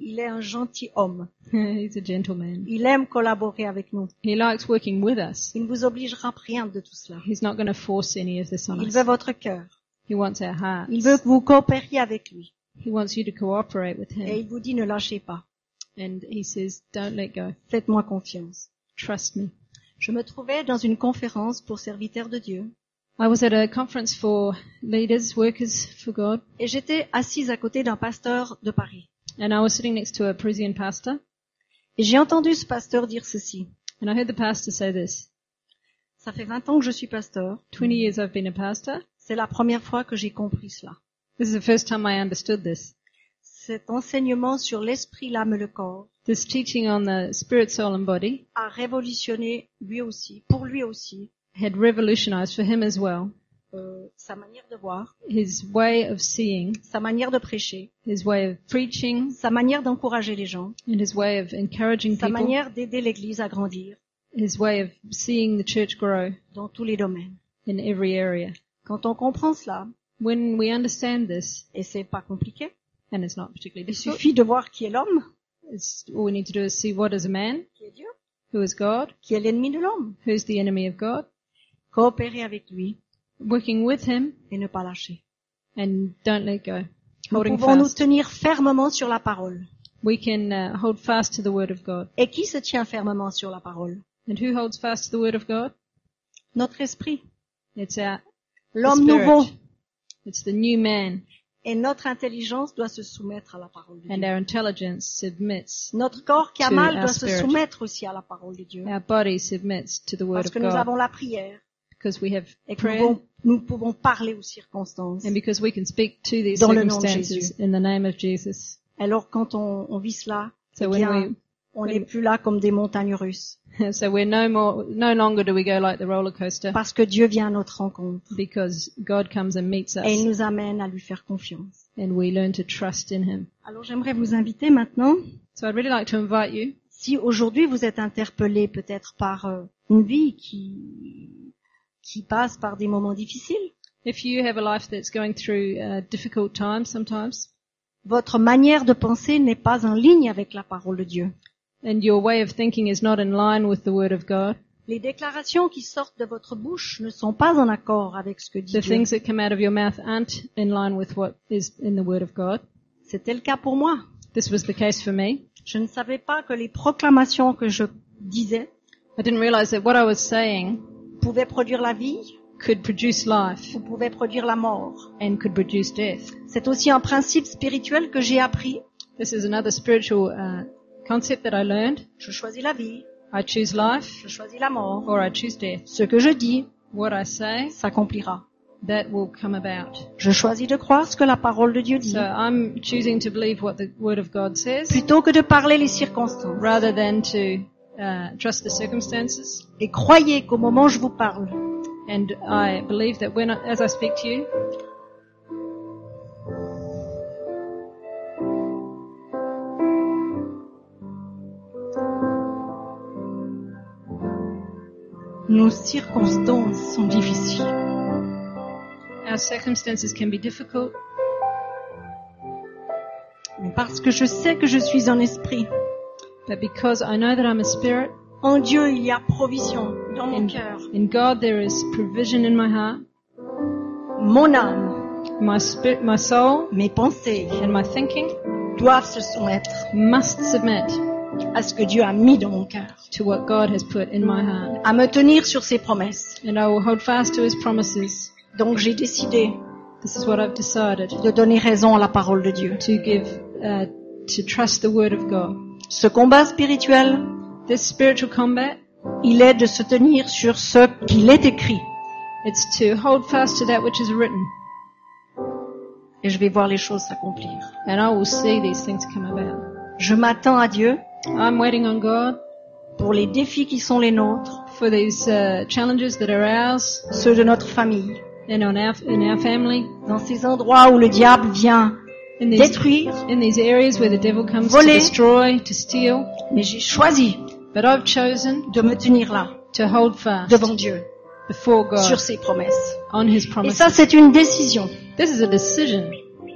A: Il est un gentil homme.
B: He's a gentleman.
A: Il aime collaborer avec nous.
B: He likes working with us.
A: Il ne vous obligera rien de tout cela.
B: He's not going to force any of this on
A: Il veut
B: us.
A: votre cœur.
B: He wants our heart.
A: Il veut que vous coopériez avec lui.
B: He wants you to cooperate with
A: Et
B: him.
A: il vous dit ne lâchez pas.
B: And he says, don't let go.
A: Faites-moi confiance.
B: Trust me.
A: Je me trouvais dans une conférence pour serviteurs de Dieu.
B: I was at a conference for leaders, workers for God,
A: Et j'étais assise à côté d'un pasteur de Paris.
B: and I was sitting next to a Parisian pastor,
A: Et j'ai entendu ce pasteur dire ceci.
B: and I heard the pastor say this.
A: Ça fait 20 ans que je suis pasteur.
B: 20 years I've been a pastor.
A: C'est la première fois que j'ai compris cela.
B: This is the first time I understood this.
A: Cet enseignement sur l'esprit, l'âme et le corps
B: This teaching on the spirit, soul, and body
A: a révolutionné lui aussi, pour lui aussi,
B: had revolutionized for him as well
A: euh, sa manière de voir,
B: his way of seeing,
A: sa manière de prêcher,
B: his way of preaching,
A: sa manière d'encourager les gens,
B: and his way of encouraging
A: sa
B: people,
A: manière d'aider l'Église à grandir
B: his way of seeing the church grow
A: dans tous les domaines.
B: in every area.
A: Quand on comprend cela,
B: When we understand this,
A: et c'est pas compliqué,
B: and it's not particularly
A: il
B: difficult,
A: suffit de voir qui est l'homme,
B: it's, all we need to do is see what is a man,
A: qui est Dieu,
B: who is God,
A: qui est l'ennemi de l'homme,
B: who's the enemy of God,
A: coopérer avec lui
B: working with him,
A: et ne pas lâcher.
B: and don't let go.
A: Nous
B: Holding
A: pouvons nous
B: fast.
A: tenir fermement sur la parole.
B: We can uh, hold fast to the word of God.
A: Et qui se tient fermement sur la parole
B: And who holds fast to the word of God?
A: Notre esprit,
B: It's our
A: l'homme
B: spirit.
A: nouveau.
B: It's the new man,
A: Et notre intelligence doit se soumettre à la parole de
B: and
A: Dieu.
B: our intelligence submits.
A: Notre corps qui a
B: to
A: mal
B: our
A: doit se
B: spirit.
A: soumettre aussi à la parole de Dieu.
B: Our body submits to the word
A: Parce
B: of
A: que nous
B: God
A: avons la prière
B: because we have
A: et que nous
B: prayer
A: pouvons, nous pouvons parler aux circonstances.
B: and because we can speak to these
A: Dans le nom de
B: circumstances
A: Jésus.
B: in the name of Jesus.
A: Alors quand on, on vit cela,
B: So
A: eh
B: when
A: bien,
B: we-
A: on
B: when-
A: n'est plus là comme des montagnes russes.
B: So we're no more, no longer do we go like the roller coaster
A: Parce que Dieu vient à notre rencontre
B: because God comes and meets
A: et il
B: us
A: nous amène à lui faire confiance.
B: and we learn to trust in Him.
A: Alors j'aimerais vous inviter maintenant,
B: So I'd really like to invite you
A: si aujourd'hui vous êtes interpellé peut-être par euh, une vie qui, qui passe par des moments difficiles,
B: If you have a life that's going through uh, difficult times sometimes,
A: votre manière de penser n'est pas en ligne avec la parole de Dieu.
B: and your way of thinking is not in line with the Word of God,
A: Les déclarations qui sortent de votre bouche ne sont pas en accord avec ce que dit
B: the
A: Dieu.
B: things that come out of your mouth aren't in line with what is in the Word of God.
A: C'était le cas pour moi.
B: This was the case for me.
A: Je ne savais pas que les proclamations que je disais
B: I didn't realize that what I was saying
A: pouvaient produire la vie
B: could produce life
A: ou pouvaient produire la mort.
B: and could produce death.
A: C'est aussi un principe spirituel que j'ai appris.
B: This is another spiritual uh, concept that I learned.
A: Je choisis la vie,
B: I choose life
A: je choisis la mort.
B: or I choose death.
A: Ce que je dis
B: What I say,
A: s'accomplira.
B: that will come about.
A: Je choisis de croire ce que la parole de Dieu dit
B: So I'm choosing to believe what the Word of God says.
A: plutôt que de parler les circonstances.
B: rather than to uh, trust the circumstances.
A: Et croyez qu'au moment où je vous parle,
B: And I believe that when, I, as I speak to you,
A: nos circonstances sont difficiles.
B: our circumstances can be difficult,
A: Mais parce que je sais que je suis en esprit,
B: but because I know that I'm a spirit,
A: en Dieu il y a provision dans mon
B: in,
A: cœur.
B: in God there is provision in my heart,
A: Mon âme,
B: my spirit, my soul,
A: mes pensées
B: and my thinking
A: doivent se soumettre
B: must submit
A: à ce que Dieu a mis dans mon cœur,
B: to what God has put in my heart.
A: à me tenir sur ses promesses.
B: And I will hold fast to His promises.
A: Donc j'ai décidé
B: This is what I've decided
A: de donner raison à la parole de Dieu.
B: to give, uh, to trust the Word of God.
A: Ce combat spirituel,
B: This spiritual combat
A: il est de se tenir sur ce qu'il est écrit.
B: It's to hold fast to that which is written,
A: Et je vais voir les choses s'accomplir.
B: and I will see these things come about.
A: Je m'attends à Dieu
B: I'm waiting on God
A: pour les défis qui sont les nôtres,
B: for these uh, challenges that are ours
A: ceux de notre famille,
B: and on our in our family,
A: dans ces endroits où le diable vient
B: in these
A: détruire.
B: in these areas where the devil comes to
A: Voler.
B: destroy, to steal.
A: Mais j'ai choisi
B: But I've chosen
A: de me tenir là,
B: to hold fast
A: devant Dieu,
B: before God
A: sur ses promesses.
B: on His
A: Et ça,
B: promises.
A: c'est une décision.
B: This is a decision.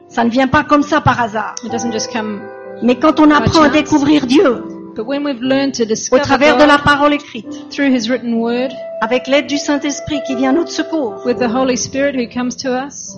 A: Ça ne vient pas comme ça par hasard.
B: It doesn't just come.
A: Mais quand on apprend à découvrir Dieu
B: But when we've learned to
A: au
B: discover
A: travers de
B: God
A: la parole écrite,
B: through His written word,
A: avec l'aide du Saint-Esprit qui vient à notre secours,
B: with the Holy Spirit who comes to us,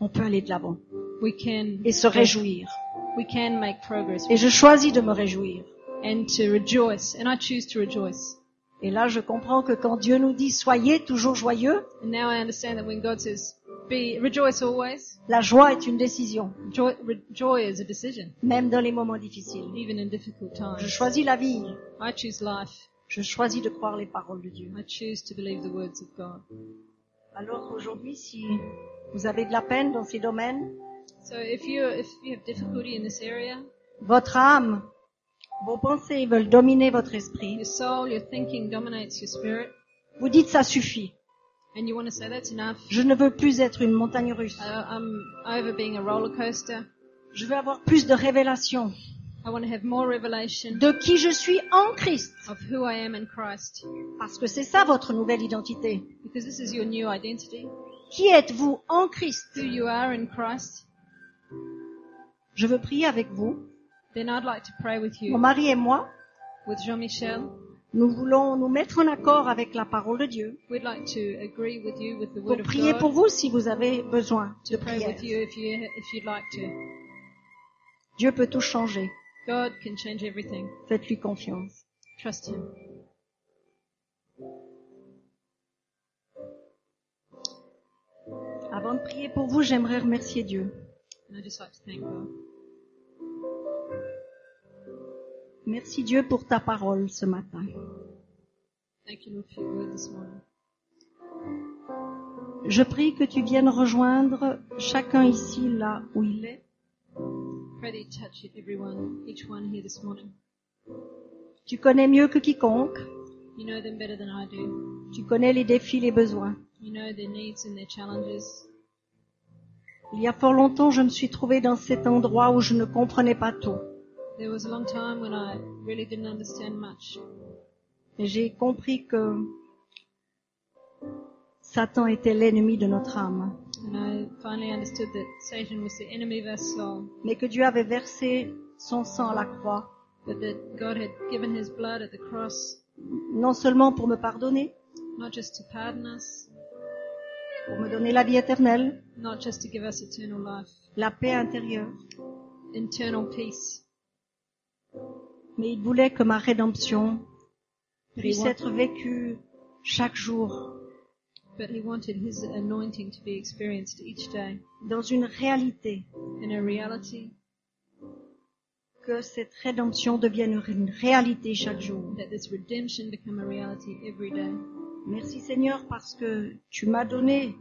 A: on peut aller de l'avant
B: we can
A: et se réjouir.
B: we can make progress.
A: Et je choisis de me réjouir.
B: and to rejoice. And I choose to rejoice.
A: Et là, je comprends que quand Dieu nous dit soyez toujours joyeux,
B: And now I understand that when God says, "Be rejoice always,"
A: la joie est une décision,
B: joy, re- joy is a decision,
A: même dans les moments difficiles.
B: even in difficult
A: Je
B: times.
A: choisis la vie.
B: I choose life.
A: Je choisis de croire les paroles de Dieu.
B: I choose to believe the words of God.
A: Alors aujourd'hui, si vous avez de la peine dans ces domaines,
B: So if you if you have difficulty in this area,
A: votre âme, vos pensées veulent dominer votre esprit,
B: your soul, your thinking dominates your spirit,
A: vous dites ça suffit.
B: and you want to say that's enough.
A: Je ne veux plus être une montagne russe.
B: Uh, I'm over being a roller coaster.
A: Je veux avoir plus de révélations
B: I want to have more revelation
A: de qui je suis en Christ.
B: of who I am in Christ,
A: Parce que c'est ça votre nouvelle identité.
B: because this is your new identity.
A: Qui êtes-vous en Christ
B: Who you are in Christ.
A: Je veux prier avec vous.
B: Then I'd like to pray with
A: Mon
B: you,
A: mari et moi,
B: with Jean-Michel.
A: nous voulons nous mettre en accord avec la parole de Dieu
B: We'd like to agree with you with the
A: pour
B: word of
A: prier
B: God.
A: pour vous si vous avez besoin de
B: to pray
A: prière.
B: with you if you if you'd like to.
A: Dieu peut tout changer.
B: God can change everything.
A: Faites-lui confiance.
B: Trust Him.
A: Avant de prier pour vous, j'aimerais remercier Dieu.
B: And I just like to thank God.
A: Merci Dieu pour ta parole ce matin.
B: Thank you, Lord, for your word this morning.
A: Je prie que tu viennes rejoindre chacun ici, là où il est,
B: Pray that you touch everyone, each one here this morning.
A: Tu connais mieux que quiconque.
B: You know them better than I do.
A: Tu connais les défis, les besoins.
B: You know their needs and their challenges.
A: Il y a fort longtemps, je me suis trouvée dans cet endroit où je ne comprenais pas tout.
B: There was a long time when I really didn't understand much,
A: Et j'ai compris que Satan était l'ennemi de notre âme,
B: and I finally understood that Satan was the enemy of our soul,
A: mais que Dieu avait versé son sang à la croix,
B: but that God had given His blood at the cross
A: non seulement pour me pardonner,
B: not just to pardon us,
A: pour me donner la vie éternelle,
B: not just to give us eternal life,
A: la paix intérieure,
B: internal peace,
A: mais il voulait que ma rédemption
B: But he
A: puisse
B: want-
A: être vécue chaque jour
B: But he wanted his anointing to be experienced each day
A: dans une réalité,
B: in a reality
A: que cette rédemption devienne une réalité chaque jour.
B: that this redemption become a reality every day.
A: Merci Seigneur parce que tu m'as donné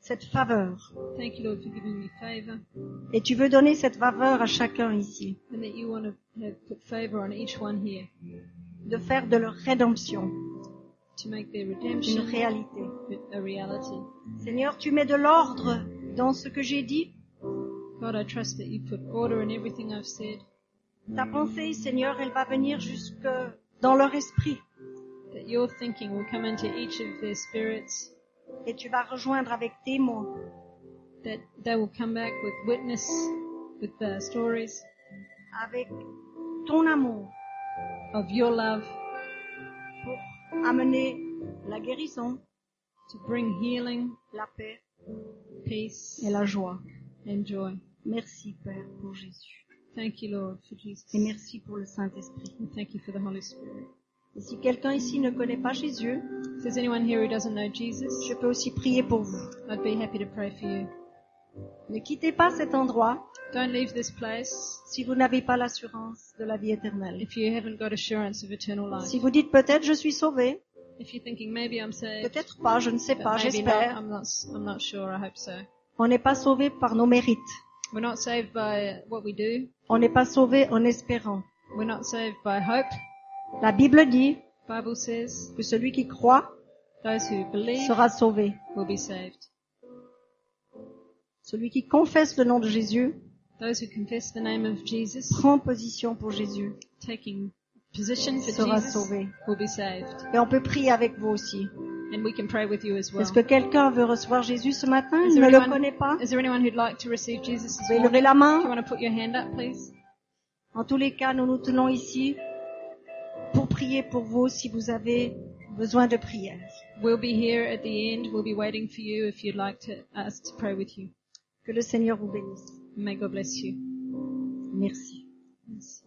A: cette faveur
B: Thank you, Lord, for giving me favor
A: et tu veux donner cette faveur à chacun ici,
B: and that you want to have put favor on each one here
A: de faire de leur rédemption
B: to make their
A: une
B: redemption
A: réalité.
B: a reality.
A: Seigneur, tu mets de l'ordre dans ce que j'ai dit.
B: God, I trust that you put order in everything I've said,
A: Ta pensée, Seigneur, elle va venir jusque dans leur esprit
B: that your thinking will come into each of their spirits,
A: et tu vas rejoindre avec tes mots.
B: that they will come back with witness, with the stories
A: avec ton amour
B: of your love
A: pour amener la guérison,
B: to bring healing,
A: la paix
B: peace,
A: et la joie.
B: and joy.
A: Merci Père pour Jésus
B: Thank you, Lord, for Jesus.
A: et merci pour le Saint-Esprit.
B: And thank you for the Holy Spirit.
A: Et si quelqu'un ici ne connaît pas Jésus,
B: If there's anyone here who doesn't know Jesus,
A: je peux aussi prier pour vous.
B: I'd be happy to pray for you.
A: Ne quittez pas cet endroit
B: Don't leave this place
A: si vous n'avez pas l'assurance de la vie éternelle.
B: if you haven't got assurance of eternal life.
A: Si vous dites peut-être je suis sauvé,
B: If you're thinking maybe I'm saved,
A: peut-être pas, je ne sais
B: but
A: pas,
B: maybe not,
A: j'espère.
B: I'm not. I'm not sure. I hope so.
A: On n'est pas sauvé par nos mérites.
B: We're not saved by what we do.
A: On n'est pas sauvé en espérant.
B: We're not saved by hope.
A: La Bible dit
B: Bible says
A: que celui qui croit
B: those who believe
A: sera sauvé.
B: will be saved.
A: Celui qui confesse le nom de Jésus
B: Those who confess the name of Jesus,
A: prend position pour Jésus.
B: taking position for
A: Sera
B: Jesus,
A: sauvé.
B: will be saved.
A: Et on peut prier avec vous aussi.
B: And we can pray with you as well.
A: Est-ce que quelqu'un veut recevoir Jésus ce matin
B: Is
A: Il
B: there
A: ne le
B: anyone-
A: connaît pas
B: Is there anyone who'd like to receive Jesus this
A: Vous pouvez lever la
B: morning? If you
A: main.
B: want to put your hand up, please.
A: En tous les cas, nous nous tenons ici pour prier pour vous si vous avez besoin de prière.
B: We'll be here at the end. We'll be waiting for you if you'd like to us to pray with you.
A: Que le Seigneur vous bénisse.
B: May God bless you.
A: Merci.
B: Yes.